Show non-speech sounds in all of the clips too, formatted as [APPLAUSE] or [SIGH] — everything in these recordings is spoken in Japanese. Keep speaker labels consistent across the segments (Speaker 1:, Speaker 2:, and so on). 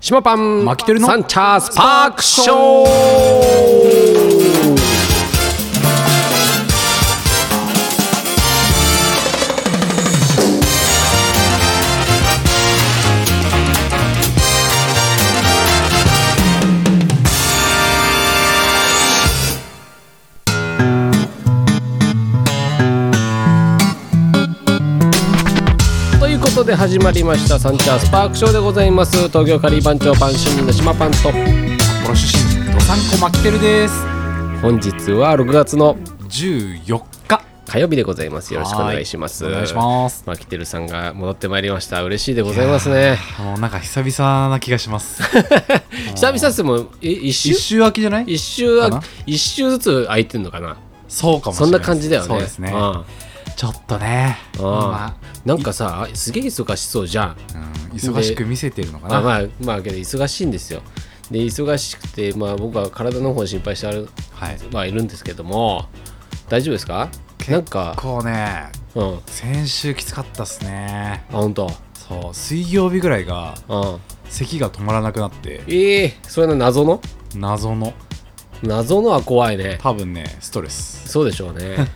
Speaker 1: 島パン
Speaker 2: マキテルの
Speaker 1: サンチャースパークショーということで始まりましたサンチャースパークショーでございます東京カリー番長パン主任の島パンと
Speaker 2: 札幌出身ドサンコマキテルです
Speaker 1: 本日は6月の
Speaker 2: 14日
Speaker 1: 火曜日でございますよろしくお願いします
Speaker 2: はいお願いします
Speaker 1: マキテルさんが戻ってまいりました嬉しいでございますね
Speaker 2: あのなんか久々な気がします
Speaker 1: [LAUGHS] 久々っすもんえ一周
Speaker 2: 一周空きじゃない
Speaker 1: 一周あ
Speaker 2: かな
Speaker 1: 一周ずつ空いてんのかな
Speaker 2: そうかもし
Speaker 1: そ
Speaker 2: れ
Speaker 1: ん
Speaker 2: な
Speaker 1: ない感じだよね
Speaker 2: そうですね
Speaker 1: うん
Speaker 2: ちょっとね
Speaker 1: あ
Speaker 2: 今
Speaker 1: ーなんかさすげえ忙しそうじゃん
Speaker 2: うん忙しく見せてるのか
Speaker 1: まあ
Speaker 2: な
Speaker 1: まあまあけど忙しいんですよで忙しくてまあ僕は体の方を心配してある
Speaker 2: はい
Speaker 1: まあいるんですけども大丈夫ですかなんか
Speaker 2: こうね
Speaker 1: うんあ
Speaker 2: 先週きつかったっすね
Speaker 1: 本当
Speaker 2: そう水曜日ぐらいが
Speaker 1: うん
Speaker 2: 咳が止まらなくなって
Speaker 1: ええそれの謎の
Speaker 2: 謎の
Speaker 1: 謎のは怖いね
Speaker 2: 多分ねストレス
Speaker 1: そうでしょうね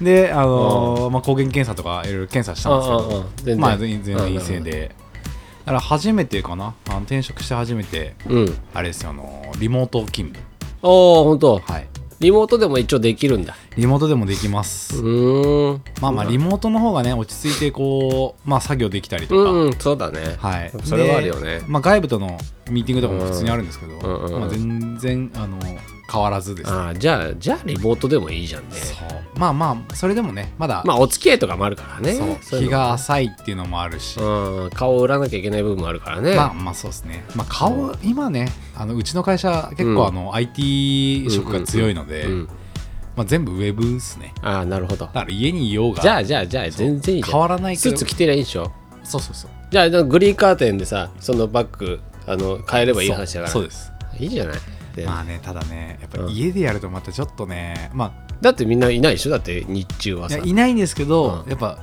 Speaker 2: であのーまあ、抗原検査とかいろいろ検査したんですけど
Speaker 1: うんうんうん全然
Speaker 2: まあ、全然
Speaker 1: うんうんうん
Speaker 2: 陰性でだから初めてかなあの転職して初めて
Speaker 1: うん [LAUGHS]
Speaker 2: あれですよあのリモート勤務
Speaker 1: おお本当
Speaker 2: はい
Speaker 1: リモートでも一応できるんだ
Speaker 2: リモートでもできま
Speaker 1: う
Speaker 2: す、
Speaker 1: ーん
Speaker 2: まあまあリモートの方がね落ち着いてこうまあ作業できたりと
Speaker 1: う
Speaker 2: か、
Speaker 1: んうんそうだね
Speaker 2: はい
Speaker 1: それはあるよね
Speaker 2: でまあ、外部とのミーティングとかも普通にあるんですけど、
Speaker 1: んうんうん
Speaker 2: まあ、全然あの変わらずですね
Speaker 1: ああじゃあじゃあリモートでもいいじゃんね
Speaker 2: そうまあまあそれでもねまだ、
Speaker 1: まあお付き合いとかもあるからね
Speaker 2: そう
Speaker 1: そうい
Speaker 2: 日
Speaker 1: うの
Speaker 2: が浅いっていうのもあるし、
Speaker 1: うん、顔を売らなきゃいけない部分もあるからね。
Speaker 2: まあまあそうですね、まあ、顔今ねあのうちの会社結
Speaker 1: うん
Speaker 2: 構あの IT 色が強いので、
Speaker 1: うん、
Speaker 2: まあ、全部ウェブですね
Speaker 1: ああ、なるほど。
Speaker 2: だから家にいようが
Speaker 1: じゃあ、じゃあ、じゃあ、全然いいじゃん。
Speaker 2: 変わらないけ
Speaker 1: スー
Speaker 2: ど
Speaker 1: ツ着てりゃいいでしょ。
Speaker 2: そうそうそう
Speaker 1: じゃあ、グリーンカーテンでさ、そのバッグ、あの、変えればいい話だから。
Speaker 2: そうそうです
Speaker 1: いいじゃない。で
Speaker 2: まあねただねやっぱ
Speaker 1: うん
Speaker 2: り家でやるとまたちょっとねま
Speaker 1: だってみんないないでしょだって日中
Speaker 2: あ
Speaker 1: はいさ。
Speaker 2: やいないんですけど、
Speaker 1: うん
Speaker 2: やっぱ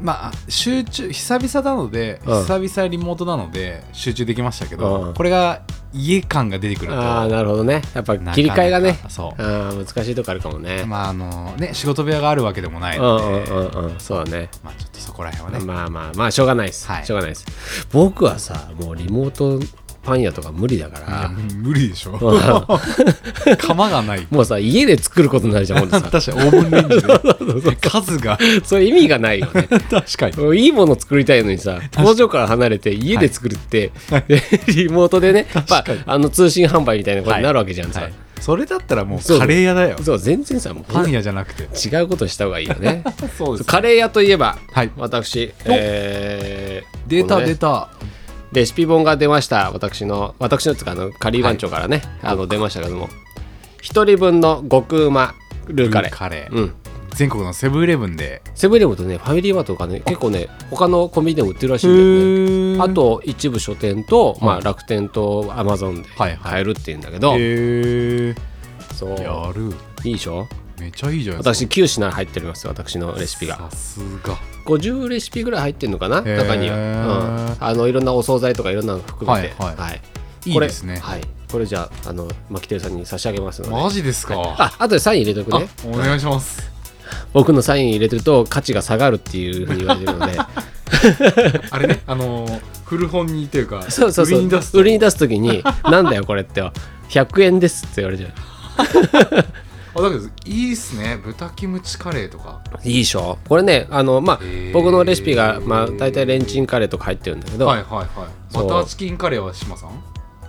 Speaker 2: まあ集中久々なので、
Speaker 1: うん
Speaker 2: 久々リモートなので集中できましたけど、
Speaker 1: うん
Speaker 2: これが家感が出てくると
Speaker 1: ああ、なるほどね。やっぱ
Speaker 2: なかなか
Speaker 1: 切り替えがね。
Speaker 2: そう
Speaker 1: ああ、難しいとこあるかもね。
Speaker 2: まああのね仕事部屋があるわけでもない
Speaker 1: うん
Speaker 2: の
Speaker 1: う
Speaker 2: で、
Speaker 1: んうんうん。そうだね。
Speaker 2: まあちょっとそこら辺はね、
Speaker 1: まあまあまあ、しょうがないです。
Speaker 2: はい
Speaker 1: しょうがないです。僕はさ、もうリモートパン屋とか無理だか
Speaker 2: いや
Speaker 1: ら。
Speaker 2: 無理でしょ
Speaker 1: う
Speaker 2: [LAUGHS] 釜がない
Speaker 1: もうさ、家で作ることになるじゃん、ほんとさ。
Speaker 2: [LAUGHS] 確かにオーブンレンジで数が
Speaker 1: それ意味がないよ
Speaker 2: [LAUGHS]
Speaker 1: ね。
Speaker 2: 確かに
Speaker 1: いいもの作りたいのにさ工場から離れて家で作るって、でリモートでね、まあ
Speaker 2: 確かに、
Speaker 1: あの通信販売みたいなことになるわけじゃんさ、
Speaker 2: はいそれだったらも
Speaker 1: そう
Speaker 2: うカレー屋だよ
Speaker 1: そう全然さもう
Speaker 2: パン屋じゃなくて
Speaker 1: 違うことした方がいいよね
Speaker 2: [LAUGHS] そう
Speaker 1: カレー屋といえば、
Speaker 2: はい
Speaker 1: 私、えー
Speaker 2: 出
Speaker 1: こ
Speaker 2: た
Speaker 1: のね
Speaker 2: 出た
Speaker 1: レシピ本が出ました私の私のつうかあのカリー番長からね、あの出ましたけども一人分の極うまルーカレー
Speaker 2: カレー
Speaker 1: うん
Speaker 2: 全国のセブンイレブンで
Speaker 1: セブンイレブンとねファミリーマートとかね結構ね他のコンビニでも売ってるらしいんだよね
Speaker 2: あ
Speaker 1: あと一部書店と、まあ、
Speaker 2: はい
Speaker 1: 楽天とアマゾンで
Speaker 2: はいはい
Speaker 1: 買えるっていうんだけど、
Speaker 2: へえ
Speaker 1: そう
Speaker 2: やる
Speaker 1: いいでしょ
Speaker 2: めちゃいいじゃないです
Speaker 1: 私9品入っております私のレシピ
Speaker 2: か
Speaker 1: が
Speaker 2: さすが
Speaker 1: 50レシピぐらい入ってるのかな
Speaker 2: へー
Speaker 1: 中には、うん、あのいろんなお惣菜とかいろんなの含めて
Speaker 2: はいはいい
Speaker 1: こ
Speaker 2: い
Speaker 1: れ
Speaker 2: ですね
Speaker 1: はい、これじゃああのマキテルさんに差し上げますので、
Speaker 2: マジですか
Speaker 1: ああとでサイン入れとく
Speaker 2: あ
Speaker 1: ね
Speaker 2: お願いします
Speaker 1: 僕のサイン入れてると価値が下がるっていうふうに言われてるの
Speaker 2: [LAUGHS]
Speaker 1: で
Speaker 2: あれねあのー古本にというか
Speaker 1: そうそうそう
Speaker 2: 売りに出す
Speaker 1: 売りに出す時に「なんだよこれ」って100円ですって言われちゃう
Speaker 2: あだけどいいっすね豚キムチカレーとか
Speaker 1: いいでしょこれねあのまあ
Speaker 2: へー
Speaker 1: 僕のレシピが、まあ、大体レンチンカレーとか入ってるんだけど、
Speaker 2: はいはいはい
Speaker 1: そ
Speaker 2: バ
Speaker 1: う
Speaker 2: ターチキンカレーは島さん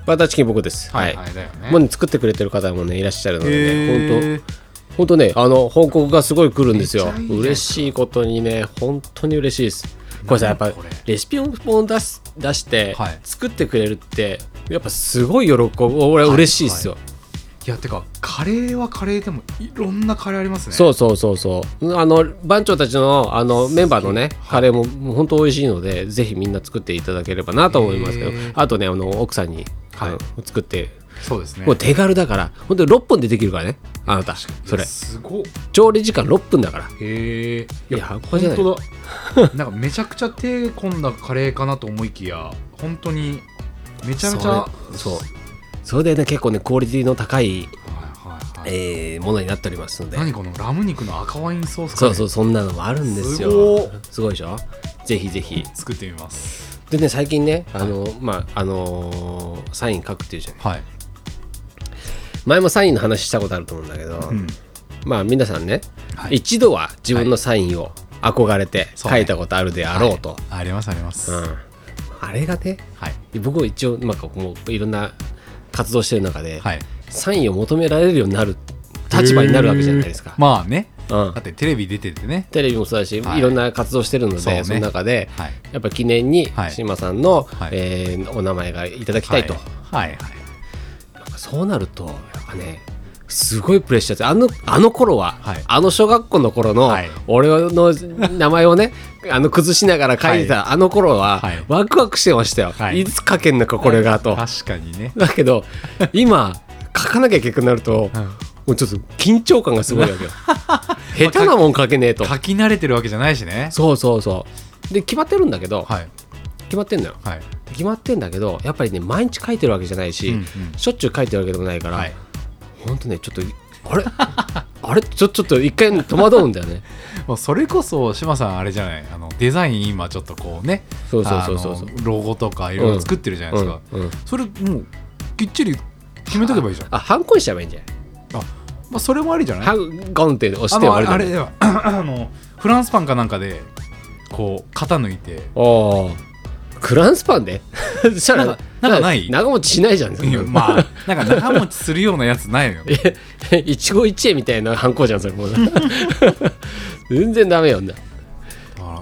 Speaker 1: バターチキン僕ですは、
Speaker 2: はいいはいだよね
Speaker 1: もうね、作ってくれてる方もねいらっしゃるのでね
Speaker 2: へー
Speaker 1: 本当本当ねあの報告がすごい来るんですよ
Speaker 2: めっちゃいいじゃん
Speaker 1: 嬉しいことにね本当に嬉しいですこれさやっぱ
Speaker 2: 何これ
Speaker 1: レシピ本出す出して、
Speaker 2: はい
Speaker 1: 作ってくれるってやっぱすごい喜ぶ俺は嬉しいですよ、
Speaker 2: いやてかカレーはカレーでもいろんなカレーありますね
Speaker 1: そうそうそうそうあの番長たちのあのメンバーのねカレーももう本当美味しいのでぜひみんな作っていただければなと思いますけど
Speaker 2: へー
Speaker 1: あとねあの奥さんに、
Speaker 2: は
Speaker 1: あ
Speaker 2: い
Speaker 1: の作って
Speaker 2: そうですね
Speaker 1: もう手軽だから本当に6分でできるからねあなたそ
Speaker 2: い
Speaker 1: れ
Speaker 2: やすごっ
Speaker 1: 調理時間6分だから
Speaker 2: へえ
Speaker 1: いやこれじゃない
Speaker 2: 本
Speaker 1: [LAUGHS]
Speaker 2: 当だなんかめちゃくちゃ手込んだカレーかなと思いきや本当にめちゃめちゃ
Speaker 1: それそうそれでね結構ねクオリティの高い、
Speaker 2: はいはいはい
Speaker 1: えーものになっておりますので
Speaker 2: 何このラム肉の赤ワインソースカ
Speaker 1: そ
Speaker 2: レ
Speaker 1: うそう
Speaker 2: ー
Speaker 1: そんなのもあるんですよ
Speaker 2: すごっ
Speaker 1: すごいでしょぜひぜひ
Speaker 2: 作ってみます
Speaker 1: でね最近ねあの、まああのーサイン書くっていうじゃん
Speaker 2: はい、
Speaker 1: 前もサインの話したことあると思うんだけど、
Speaker 2: うん、
Speaker 1: まあ皆さんね、
Speaker 2: はい
Speaker 1: 一度は自分のサインを憧れて
Speaker 2: そう
Speaker 1: 書
Speaker 2: ね
Speaker 1: いたことあるであろうと、
Speaker 2: ありますあります、
Speaker 1: うん、あれがね
Speaker 2: はい
Speaker 1: 僕も一応なんかもういろんな活動してる中で、
Speaker 2: はい
Speaker 1: サインを求められるようになる立場になるわけじゃないですか
Speaker 2: へー、まあね
Speaker 1: うん
Speaker 2: だってテレビ出ててね
Speaker 1: テレビもそうだし、
Speaker 2: はい
Speaker 1: い、ろんな活動してるのでそ,、
Speaker 2: そうね
Speaker 1: の中で、
Speaker 2: はい
Speaker 1: やっぱ記念に
Speaker 2: はい
Speaker 1: 志麻さんの、
Speaker 2: はい
Speaker 1: えーお名前がいただきたいと、
Speaker 2: はいはいはい
Speaker 1: やっぱそうなるとやっぱねすごいプレッシャーですあのあの頃は、
Speaker 2: はい
Speaker 1: あの小学校の頃の、
Speaker 2: はい
Speaker 1: 俺の名前を
Speaker 2: [LAUGHS]
Speaker 1: ねあの崩しながら書いてた、あの頃は、
Speaker 2: はい
Speaker 1: ワクワクしてましたよ、
Speaker 2: はい
Speaker 1: い、つ書けんのかこれがと、
Speaker 2: 確かにね
Speaker 1: だけど今書かなきゃいけなくなると、
Speaker 2: うん
Speaker 1: もうちょっと緊張感がすごい
Speaker 2: [LAUGHS]
Speaker 1: わけよ下手なもん書けねえと
Speaker 2: 書き慣れてるわけじゃないしね
Speaker 1: そうそうそうで決まってるんだけど、
Speaker 2: はい
Speaker 1: 決まってんのよ
Speaker 2: はい
Speaker 1: で決まってんだけどやっぱりね毎日書いてるわけじゃないし、
Speaker 2: うんうん
Speaker 1: しょっちゅう書いてるわけでもないから、
Speaker 2: はい
Speaker 1: ほんとねちょっとあれ [LAUGHS] あれちょちょっと一回戸惑うんだよね
Speaker 2: もうそれこそ志麻さんあれじゃないあのデザイン今ちょっとこうね
Speaker 1: そうそうそうそうそう
Speaker 2: あのロゴとかいろいろ作ってるじゃないですか、
Speaker 1: うんうん
Speaker 2: [LAUGHS] それもうきっちり決めとけばいいじゃんあ、
Speaker 1: あハンコにしちゃえばいいんじゃない
Speaker 2: まあ、それもありじゃない
Speaker 1: ハンゴンって押し
Speaker 2: あ
Speaker 1: て終
Speaker 2: の
Speaker 1: わ
Speaker 2: あ
Speaker 1: り
Speaker 2: れ
Speaker 1: だ
Speaker 2: あ
Speaker 1: ね
Speaker 2: れではあのフランスパンかなんかでこう型抜いて
Speaker 1: おークランスパンでそしたら
Speaker 2: [LAUGHS] なんかなん
Speaker 1: [LAUGHS]
Speaker 2: かない
Speaker 1: 長持ちしないじゃん
Speaker 2: いやまあなんか長持ちするようなやつないのよ
Speaker 1: え [LAUGHS] 一期一会みたいなハンコじゃんそれもう [LAUGHS] 全然ダメよんだ
Speaker 2: あ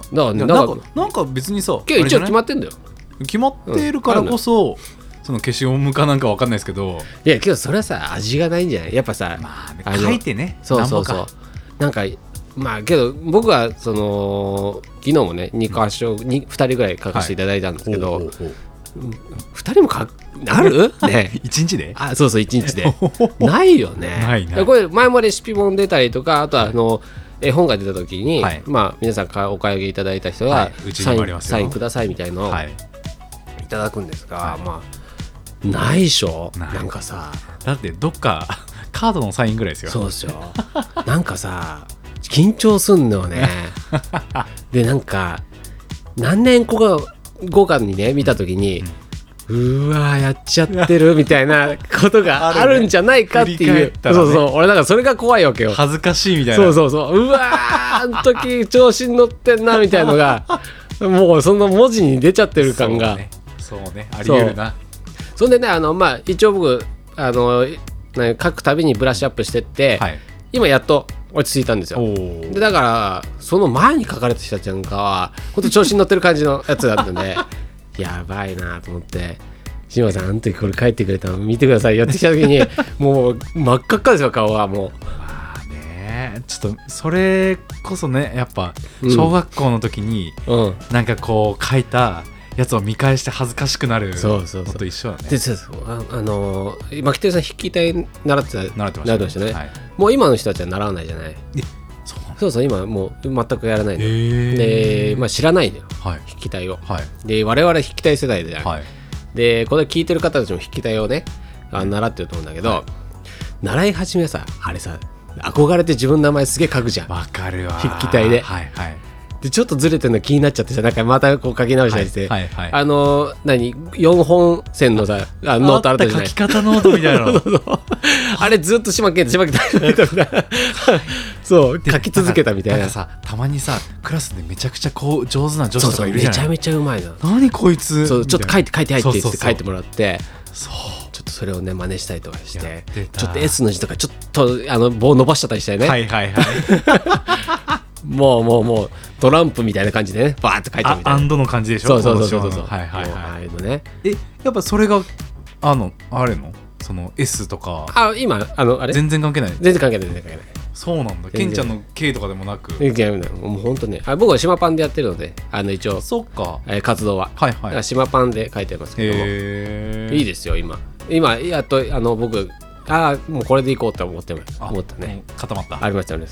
Speaker 1: だから
Speaker 2: らで
Speaker 1: ね
Speaker 2: も
Speaker 1: な
Speaker 2: なんん
Speaker 1: か
Speaker 2: かなんか別にさ
Speaker 1: けど一応決ま
Speaker 2: っ
Speaker 1: ってんだよ
Speaker 2: 決まっているからこそ、その消しゴムかなんかわかんないですけど
Speaker 1: いやけどそれはさ味がないんじゃないやっぱさ、
Speaker 2: まあね
Speaker 1: あの
Speaker 2: 書いてね
Speaker 1: そうそうそ
Speaker 2: な
Speaker 1: う
Speaker 2: んぼか
Speaker 1: なんかまあけど僕はその昨日もね2箇所、に二人ぐらい書かせていただいたんですけど、
Speaker 2: おうおうおう
Speaker 1: 二人もかなる [LAUGHS] ね
Speaker 2: 一日で
Speaker 1: あそうそう1日で
Speaker 2: [LAUGHS] おほほ
Speaker 1: ないよね
Speaker 2: ないない
Speaker 1: これ前もレシピ本出たりとかあとはあの絵本が出た時に、
Speaker 2: はい
Speaker 1: まあ皆さんからお買い上げいただいた人
Speaker 2: は
Speaker 1: が
Speaker 2: いうち
Speaker 1: サ
Speaker 2: に
Speaker 1: イ
Speaker 2: も
Speaker 1: ン、
Speaker 2: ありますよ
Speaker 1: サインくださいみたいのを
Speaker 2: はい
Speaker 1: いただくんですが、まあないでしょ
Speaker 2: ない
Speaker 1: なんかさ
Speaker 2: だってどっかカードのサインぐらいですよ
Speaker 1: そうですよ [LAUGHS] なんかさ緊張すんのよ
Speaker 2: [LAUGHS]
Speaker 1: ねでなんか何年後か後かにね見た時に、うわーやっちゃってるみたいなことがあ
Speaker 2: [LAUGHS] ある
Speaker 1: る
Speaker 2: ね
Speaker 1: んじゃないかって
Speaker 2: 振
Speaker 1: い
Speaker 2: り返
Speaker 1: う、
Speaker 2: ったらね
Speaker 1: そうそう俺なんかそれが怖いわけよ
Speaker 2: 恥ずかしいみたいな
Speaker 1: そうそうそううわーあの時調子に乗って
Speaker 2: [LAUGHS]
Speaker 1: んなみたいのがもうその文字に出ちゃってる感が
Speaker 2: そうねそうねあり得るな
Speaker 1: そんでねあのまあ一応僕あのね書くたびにブラッシュアップしてって、
Speaker 2: はい
Speaker 1: 今やっと落ち着いたんですよ
Speaker 2: お
Speaker 1: でだからその前に書かれた人たちなんかはほんと調子に乗ってる感じのやつだったん
Speaker 2: [LAUGHS]
Speaker 1: でやばいなと思って「志麻さんあの時これ書いてくれたの見てください」やってきた時にもう真っ赤っかですよ顔はも
Speaker 2: まあねちょっとそれこそねやっぱ
Speaker 1: うん
Speaker 2: 小学校の時に
Speaker 1: う。うん
Speaker 2: なんかこう書いたやつを見返して恥ずかしくなる
Speaker 1: そうそうそう
Speaker 2: のと一緒だね
Speaker 1: でそうそうああのー牧手さん筆記体習ってた
Speaker 2: 習ってました
Speaker 1: 習ってましたね
Speaker 2: はい
Speaker 1: もう今の人たちは習わないじゃない
Speaker 2: そうなんだ
Speaker 1: そうそう今もう全くやらないの、
Speaker 2: へ
Speaker 1: で、まあ、知らないのよ
Speaker 2: あはい
Speaker 1: 筆記体を
Speaker 2: はい
Speaker 1: で我々筆記体世代じゃん、
Speaker 2: はい
Speaker 1: でこれ聞いてる方たちも筆記体をねあ習ってると思うんだけど、習い始めさあれさ憧れて自分の名前すげえ書くじゃん
Speaker 2: わかるわ
Speaker 1: 筆記体で
Speaker 2: はいはい
Speaker 1: でちょっとずれてるの気になっちゃってさなんかまたこう書き直したりして、
Speaker 2: はいはいはい
Speaker 1: あの何4本線のさあノートあるじゃな
Speaker 2: あ
Speaker 1: い
Speaker 2: った書き方ノートみたいな
Speaker 1: [LAUGHS]
Speaker 2: の
Speaker 1: あれずっと島県島県大丈夫だみたいなそう書き続けたみたい
Speaker 2: ん
Speaker 1: な
Speaker 2: かさたまにさクラスでめちゃくちゃこう上手な女
Speaker 1: そう
Speaker 2: 子と
Speaker 1: そ
Speaker 2: か
Speaker 1: う
Speaker 2: いる
Speaker 1: め
Speaker 2: じゃ
Speaker 1: ち
Speaker 2: な
Speaker 1: ゃ
Speaker 2: い
Speaker 1: めちゃうまいな
Speaker 2: 何こいつ
Speaker 1: そうちょっと書いて書いて書いてって言って書いて
Speaker 2: も
Speaker 1: もらって
Speaker 2: そう
Speaker 1: ちょっとそれをね真似したりとかし
Speaker 2: やっててた
Speaker 1: ちょっと S の字とかちょっとあの棒伸ばしちゃったりしてね、
Speaker 2: はいは
Speaker 1: [LAUGHS]
Speaker 2: いはい
Speaker 1: もうもうもうトランプみたいな感じでねバーって書いて
Speaker 2: あ
Speaker 1: みた
Speaker 2: ア
Speaker 1: い
Speaker 2: ン
Speaker 1: な
Speaker 2: ドの感じでしょ
Speaker 1: そうそうそうそう
Speaker 2: こ
Speaker 1: そうそ
Speaker 2: の島の
Speaker 1: う
Speaker 2: はいはい
Speaker 1: もうああ
Speaker 2: はい
Speaker 1: いうのね
Speaker 2: えやっぱそれがあのあれのその S とか
Speaker 1: あ今あのあれ全
Speaker 2: 全然関係ない
Speaker 1: 然関係ない全然関係ない
Speaker 2: そうなんだケ
Speaker 1: 全然
Speaker 2: ンちゃんの K とかでもなく
Speaker 1: 全然関係ないもう本当ねあ僕は島パンでやってるのであの一応、
Speaker 2: そっか
Speaker 1: えー活動は、
Speaker 2: はい
Speaker 1: だ
Speaker 2: は
Speaker 1: か
Speaker 2: い
Speaker 1: ら島パンで書いてますけども、
Speaker 2: へえ
Speaker 1: いいですよ今今やっとあの僕ああもうこれでいこうって思ってます思ったね
Speaker 2: 固まった
Speaker 1: ありましたね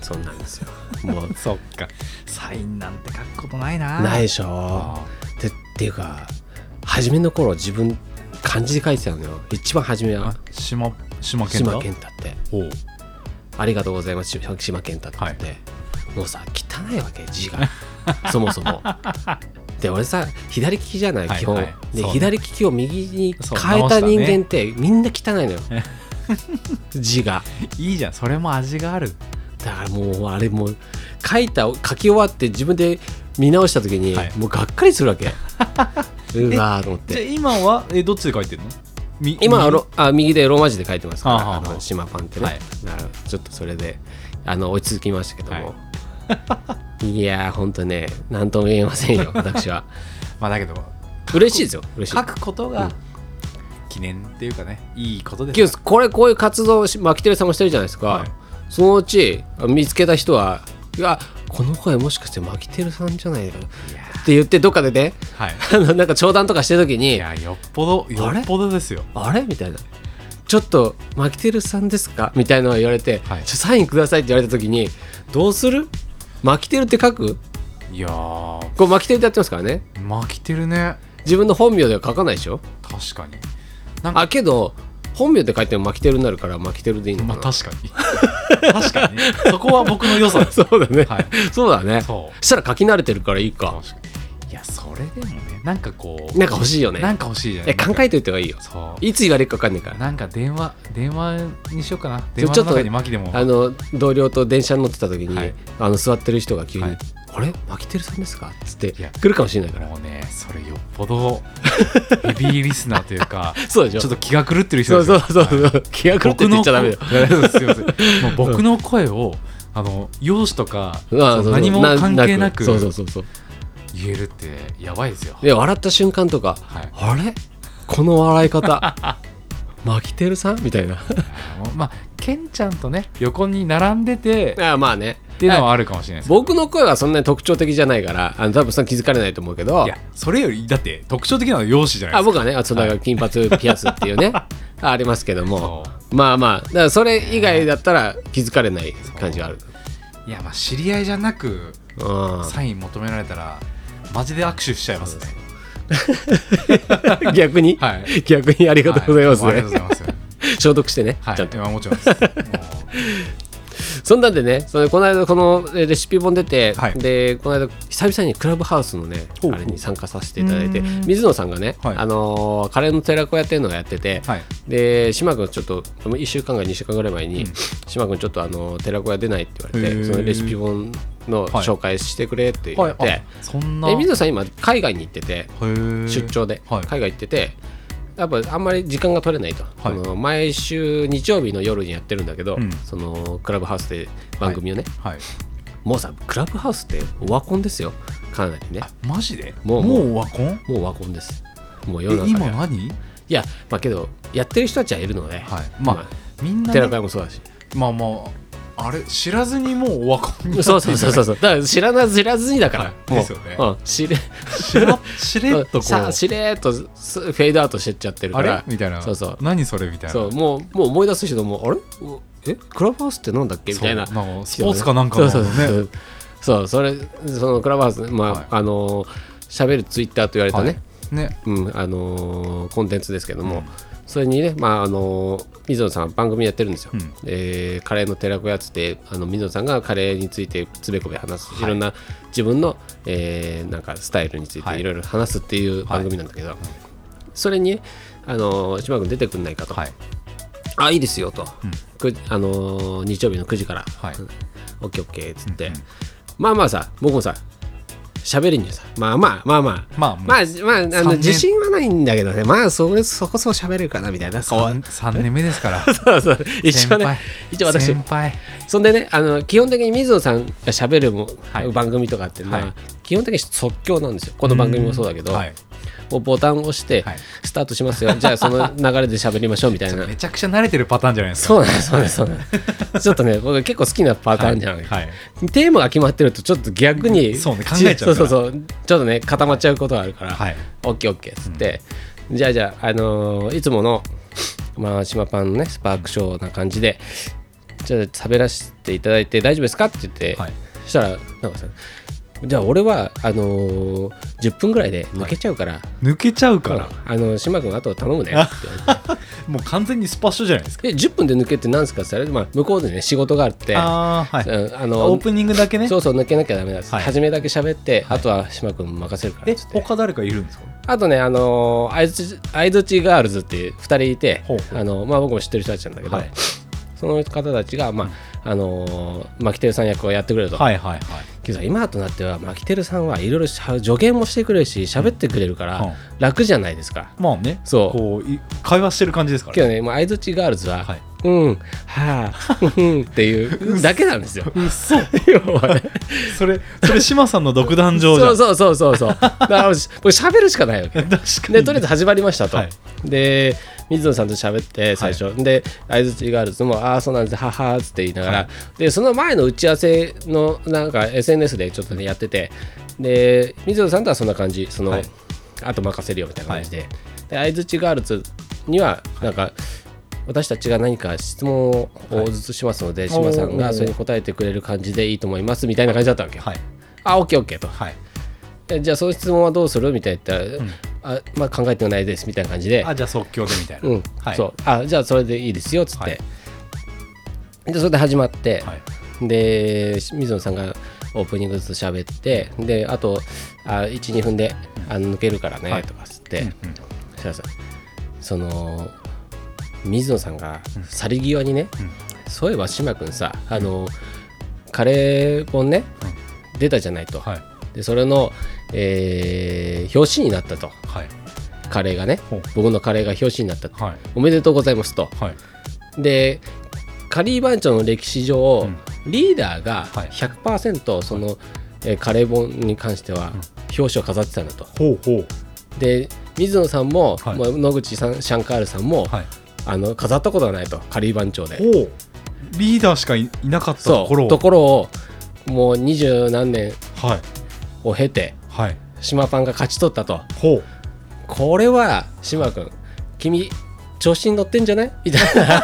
Speaker 1: そんなんですよもう
Speaker 2: そっかサインなんて書くことないな
Speaker 1: ない
Speaker 2: い
Speaker 1: でしょ
Speaker 2: あ
Speaker 1: てっていうか初めの頃自分漢字で書いてたのよ一番初めは
Speaker 2: あ島島健
Speaker 1: 島
Speaker 2: 太
Speaker 1: 健太って
Speaker 2: おう
Speaker 1: ありがとうございますし島健太って言って、もうさ汚いわけ字がそもそ
Speaker 2: [LAUGHS]
Speaker 1: もで俺さ左利きじゃない
Speaker 2: はい
Speaker 1: 基本、
Speaker 2: はい
Speaker 1: で
Speaker 2: そうね
Speaker 1: 左利きを右に
Speaker 2: そう
Speaker 1: 変えた
Speaker 2: 直し
Speaker 1: 人
Speaker 2: たね
Speaker 1: 間ってみんな汚いのよ [LAUGHS] 字が
Speaker 2: いいじゃんそれも味がある
Speaker 1: だからもうあれもう書いた書き終わって自分で見直した時に、
Speaker 2: はい
Speaker 1: もうがっかりする
Speaker 2: [LAUGHS]
Speaker 1: わけうわーと思っ
Speaker 2: じゃあ
Speaker 1: て
Speaker 2: 今はえどっちで書いてるのみ
Speaker 1: 今は
Speaker 2: 右
Speaker 1: ロあ右でローマ字で書いてますから
Speaker 2: あは
Speaker 1: あ
Speaker 2: あはあ
Speaker 1: の島パンってね、
Speaker 2: はい
Speaker 1: だからちょっとそれであの追い続きましたけども、 [LAUGHS] い、やーほんとね何とも言えませ
Speaker 2: [LAUGHS]
Speaker 1: んよ私は
Speaker 2: まあだけど
Speaker 1: 嬉しいですよ嬉しい
Speaker 2: 書くこと
Speaker 1: う
Speaker 2: が
Speaker 1: ん
Speaker 2: 記念っていうかねいいことです
Speaker 1: キヨスこれこういう活動をしマキテルさんもしてるじゃないですか、
Speaker 2: はい
Speaker 1: そのうち見つけた人はいやこの声もしかしてマキテルさんじゃないかなって言ってどっかでね [LAUGHS]
Speaker 2: はい
Speaker 1: あのなんか商談とかしてる時
Speaker 2: い
Speaker 1: に「
Speaker 2: やよっぽどよっぽどですよ
Speaker 1: あれ?」みたいな「ちょっとマキテルさんですか?」みたいなのを言われて、
Speaker 2: はい
Speaker 1: ちょサインください」って言われた時に「どうするマキテルって書く?
Speaker 2: いやー」
Speaker 1: こうマキテルってやってますからね
Speaker 2: 負けてるね
Speaker 1: 自分の本名では書かないでしょ
Speaker 2: 確かになんか
Speaker 1: あけど本名で書いてもマキテルになるからマキテルでいいの
Speaker 2: まあ
Speaker 1: かな、
Speaker 2: 確かに確かにねそこは僕の良さです
Speaker 1: [LAUGHS] そうだね、
Speaker 2: はい
Speaker 1: そうだねそ
Speaker 2: そう
Speaker 1: したら書き慣れてるからいいか
Speaker 2: 確かにいやそれでもねなんかこう
Speaker 1: なんか欲しいよね
Speaker 2: なんか欲しいじゃない
Speaker 1: え考えといた方がいいよ
Speaker 2: そう
Speaker 1: いつ言われるか分かんないから
Speaker 2: なんか電話電話にしようかな
Speaker 1: ち
Speaker 2: 電
Speaker 1: ょ
Speaker 2: 話の中にマキでも
Speaker 1: あの同僚と電車に乗ってた時に、
Speaker 2: はい
Speaker 1: あの座ってる人が急に「
Speaker 2: はい
Speaker 1: あれマキテルさんですか?」っつって
Speaker 2: いや
Speaker 1: 来るかもしれないから
Speaker 2: もうねそれよっぽどヘビーリスナーというか
Speaker 1: [LAUGHS] そうでし
Speaker 2: ちょ
Speaker 1: ょ
Speaker 2: っと気が狂ってる人
Speaker 1: そう
Speaker 2: です
Speaker 1: そ
Speaker 2: よ
Speaker 1: うそうそう、気が狂ってって言っちゃダメだよ
Speaker 2: よすいません
Speaker 1: [LAUGHS]
Speaker 2: もう僕の声をあの容姿とか
Speaker 1: ああ
Speaker 2: そう
Speaker 1: そうそう
Speaker 2: 何も関係なく
Speaker 1: そうそうそうそう
Speaker 2: 言えるってやばいですよ
Speaker 1: で笑った瞬間とか「
Speaker 2: はい
Speaker 1: あれこの笑い方 [LAUGHS] マキテルさん?」みたいな
Speaker 2: あのまあケンちゃんとね横に並んでて
Speaker 1: ああまあね
Speaker 2: っていうのはあるかもしれないですけど
Speaker 1: 僕の声はそんなに特徴的じゃないからあの多分そんな気づかれないと思うけど
Speaker 2: いやそれよりだって特徴的なのは容姿じゃない
Speaker 1: あ
Speaker 2: です
Speaker 1: 僕はねあその金髪ピアスって [LAUGHS] いうねあありますけど
Speaker 2: か
Speaker 1: も
Speaker 2: そ
Speaker 1: まあまあだからそれ以外だったら気づかれない感じはある
Speaker 2: ういやまあ知り合いじゃなく
Speaker 1: う
Speaker 2: サイン求められたらマジで握手しちゃ
Speaker 1: [LAUGHS]
Speaker 2: いますね
Speaker 1: ん逆に、
Speaker 2: はい
Speaker 1: 逆にありがとうございますね、
Speaker 2: はありがとうございます
Speaker 1: 消毒してね、
Speaker 2: はい
Speaker 1: ちゃんと
Speaker 2: まあもちろんですも
Speaker 1: そんなんでねそのこの間このえレシピ本出て、
Speaker 2: はい
Speaker 1: でこの間久々にクラブハウスのね
Speaker 2: ほうほ
Speaker 1: あ
Speaker 2: う
Speaker 1: れに参加させていただいて
Speaker 2: うーん
Speaker 1: 水野さんがね、
Speaker 2: はい
Speaker 1: あのーカレーの寺子屋っていうのをやってて、
Speaker 2: う
Speaker 1: [LAUGHS]
Speaker 2: はい
Speaker 1: で島君ちょっと1週間か2週間ぐらい前に、
Speaker 2: うん
Speaker 1: 島君ちょっとあの寺子屋出ないって言われ
Speaker 2: へ
Speaker 1: て
Speaker 2: ー
Speaker 1: そのレシピ本の紹介してくれって言
Speaker 2: は
Speaker 1: わ
Speaker 2: い
Speaker 1: れて、
Speaker 2: あそんな
Speaker 1: で水野さん今海外に行ってて出
Speaker 2: 出
Speaker 1: 張で、
Speaker 2: はい
Speaker 1: 海外行っててやっぱあんまり時間が取れないと、その毎週日曜日の夜にやってるんだけど、
Speaker 2: うん
Speaker 1: そのクラブハウスで番組をね、
Speaker 2: はい
Speaker 1: もうさクラブハウスってオワコンですよかなりね
Speaker 2: あマジで
Speaker 1: も
Speaker 2: も
Speaker 1: う
Speaker 2: う
Speaker 1: もう
Speaker 2: オワコン
Speaker 1: もうオワコンですもう
Speaker 2: え
Speaker 1: 世の中
Speaker 2: 今
Speaker 1: では
Speaker 2: 何
Speaker 1: いやまあけどやってる人たちはいるので、
Speaker 2: はいまあみんなね
Speaker 1: 寺子屋もそうだし
Speaker 2: まあまああれ知らずにもうオワコンになって
Speaker 1: そうそうそうそうそ
Speaker 2: [LAUGHS]
Speaker 1: う。だから知らな知らずにだから。
Speaker 2: はい
Speaker 1: もう
Speaker 2: ですよね
Speaker 1: うん、しれ
Speaker 2: しらしれっとこ
Speaker 1: さ
Speaker 2: う
Speaker 1: しれっとすフェードアウトしてっちゃってるか
Speaker 2: あ
Speaker 1: ら。
Speaker 2: れみたいな
Speaker 1: そうそう。
Speaker 2: 何それみたいな
Speaker 1: そうもうもう思い出す人もあれうえクラブハウスってなんだっけみ
Speaker 2: そ
Speaker 1: た
Speaker 2: う
Speaker 1: いな。
Speaker 2: んかスポーツかなんかのね
Speaker 1: そうそうそうそうそれそのクラブハウスまあ、
Speaker 2: はい
Speaker 1: あのー喋るツイッターと言われたね。
Speaker 2: はいね
Speaker 1: うんあのーコンテンツですけども、
Speaker 2: うん
Speaker 1: それにね、まああのー水野さんは番組やってるんですよ、
Speaker 2: うん
Speaker 1: えーカレーの寺子屋っつってあの水野さんがカレーについてつべこべ話す、い、ろんな自分の、えーなんかスタイルについ
Speaker 2: は
Speaker 1: て
Speaker 2: い
Speaker 1: いろいろ話すっていう番組なんだけど、それに、ね、あのー島君出てくんないかと、
Speaker 2: はい
Speaker 1: あいいですよと、
Speaker 2: うん
Speaker 1: くあのー日曜日の9時から、
Speaker 2: はい
Speaker 1: オッケーオッケーっつって、
Speaker 2: うんうん
Speaker 1: まあまあさ僕もさ喋るにはさまあまあまあまあ
Speaker 2: まあ
Speaker 1: まあ
Speaker 2: あ
Speaker 1: まあ、あの
Speaker 2: 三年
Speaker 1: 自信はないんだけどねまあそれそこそこ喋れるかなみたいなそう
Speaker 2: 3年目ですか
Speaker 1: [LAUGHS]
Speaker 2: ら
Speaker 1: そうそう一応
Speaker 2: 先
Speaker 1: ね
Speaker 2: 輩
Speaker 1: 一応私
Speaker 2: 先輩
Speaker 1: そんでねあの基本的に水野さんが喋るも、
Speaker 2: はい
Speaker 1: 番組とかっていうのは、
Speaker 2: はい
Speaker 1: 基本的に即興なんですよこの番組もそうだけど、
Speaker 2: んはい
Speaker 1: もうボタンを押して、
Speaker 2: はい
Speaker 1: スタートしますよじゃあその流れで喋りましょうみた
Speaker 2: [LAUGHS]
Speaker 1: いな
Speaker 2: めちゃくちゃ慣れてるパターンじゃないですか
Speaker 1: そうなんですそうなんですそうなんですちょっとね僕結構好きなパターンじゃない、
Speaker 2: はい
Speaker 1: テーマが決まってるとちょっと逆に
Speaker 2: そうね考えちゃうから
Speaker 1: そうそうそうちょっとね固まっちゃうことがあるから、
Speaker 2: はい
Speaker 1: オッケーオッケーっつって、じゃあじゃあ、あのーいつもの、まあ、島パンのねスパークショーな感じでじゃあ喋らせていただいて大丈夫ですかって言って、
Speaker 2: はい
Speaker 1: そしたらなんかさじゃあ俺はあのー、10分ぐらいで抜けちゃうから、
Speaker 2: 抜けちゃうから、
Speaker 1: あの島君あと頼むねって言われて
Speaker 2: もう完全にスパッシュじゃないですか。
Speaker 1: え10分で抜けって何すかって言ったら、まあ、向こうでね仕事があって
Speaker 2: ああ、はい。
Speaker 1: うんあの
Speaker 2: オープニングだけね。
Speaker 1: そうそう抜けなきゃダメだっつって、
Speaker 2: はい
Speaker 1: 初めだけ喋って、あとは島君任せるから
Speaker 2: え
Speaker 1: っつっ、て
Speaker 2: 他誰かいるんですか
Speaker 1: あとねあのー相づち相づちガールズっていう2人いて
Speaker 2: ほうほう
Speaker 1: あの、まあ、僕も知ってる人たちなんだけど、
Speaker 2: はい
Speaker 1: その方たちが、まああのー、マキテルさん役をやってくれると、
Speaker 2: はいはいはい。
Speaker 1: けど今となってはマキテルさんはいろいろしゃ助言もしてくれるし喋ってくれるから、
Speaker 2: うん
Speaker 1: 楽じゃないですか。
Speaker 2: まあね、
Speaker 1: そう
Speaker 2: こうい会話してる感じですか
Speaker 1: け
Speaker 2: らね。
Speaker 1: どね、まあ、相づちガールズは、
Speaker 2: はい
Speaker 1: うん、はあ、うんっていうだけなんですよ。
Speaker 2: うそ
Speaker 1: 要はね
Speaker 2: それ、それ、志麻さんの独壇場じゃ
Speaker 1: そ
Speaker 2: ん
Speaker 1: う。そうそうそうそう。だからもう喋るしかないわけ。
Speaker 2: 確かに。
Speaker 1: でとりあえず始まりましたと、
Speaker 2: はい
Speaker 1: で水野さんと喋って最初、で相づちがあるともうああそうなんですははーっつって言いながら、
Speaker 2: は
Speaker 1: でその前の打ち合わせのなんか SNS でちょっとねやっててで水野さんとはそんな感じその、
Speaker 2: はい
Speaker 1: あと任せるよみたいな感じで、で相づちガールズにはなんか、私たちが何か質問をずつしますので、志麻さんがそれに答えてくれる感じでいいと思いますみたいな感じだったわけよ。
Speaker 2: はい。
Speaker 1: あ、オッケーオッケーと。
Speaker 2: はい。
Speaker 1: えじゃあその質問はどうするみたいな言ったら、
Speaker 2: ん
Speaker 1: あまあ、考えてはないですみたいな感じで
Speaker 2: あ、じゃあ即興でみたいな。
Speaker 1: うん
Speaker 2: はい。
Speaker 1: そうあじゃあそれでいいですよっつって、
Speaker 2: はい
Speaker 1: でそれで始まって、
Speaker 2: はい。
Speaker 1: で水野さんがオープニングずつ喋ってであと12分であの抜けるからね、
Speaker 2: はい
Speaker 1: とかっつって、
Speaker 2: うんうん
Speaker 1: そしたらさその水野さんが去り際にね、そういえば島君さあの、カレー本ね、出たじゃないと、
Speaker 2: はい。
Speaker 1: でそれの、えー表紙になったと
Speaker 2: はい。
Speaker 1: カレーがね
Speaker 2: ほう
Speaker 1: 僕のカレーが表紙になったと
Speaker 2: はい。
Speaker 1: おめでとうございますと
Speaker 2: はい。
Speaker 1: でカリー番長の歴史上、リーダーが
Speaker 2: はい
Speaker 1: 100%その、えーカレー本に関しては表紙を飾ってたんだと
Speaker 2: ほうほう。
Speaker 1: で水野さんも、
Speaker 2: はい
Speaker 1: まあ野口さんシャンカールさんも、
Speaker 2: はい。
Speaker 1: あの飾ったことがないとカリー番長で
Speaker 2: ほう。リーダーしかいいなかった
Speaker 1: そ
Speaker 2: と
Speaker 1: う
Speaker 2: ころを
Speaker 1: ところをもう二十何年
Speaker 2: はい。
Speaker 1: を経て
Speaker 2: はい。
Speaker 1: 島パンが勝ち取ったと
Speaker 2: ほう。
Speaker 1: これは島君君調子に乗ってんじゃないみたい
Speaker 2: [LAUGHS]
Speaker 1: な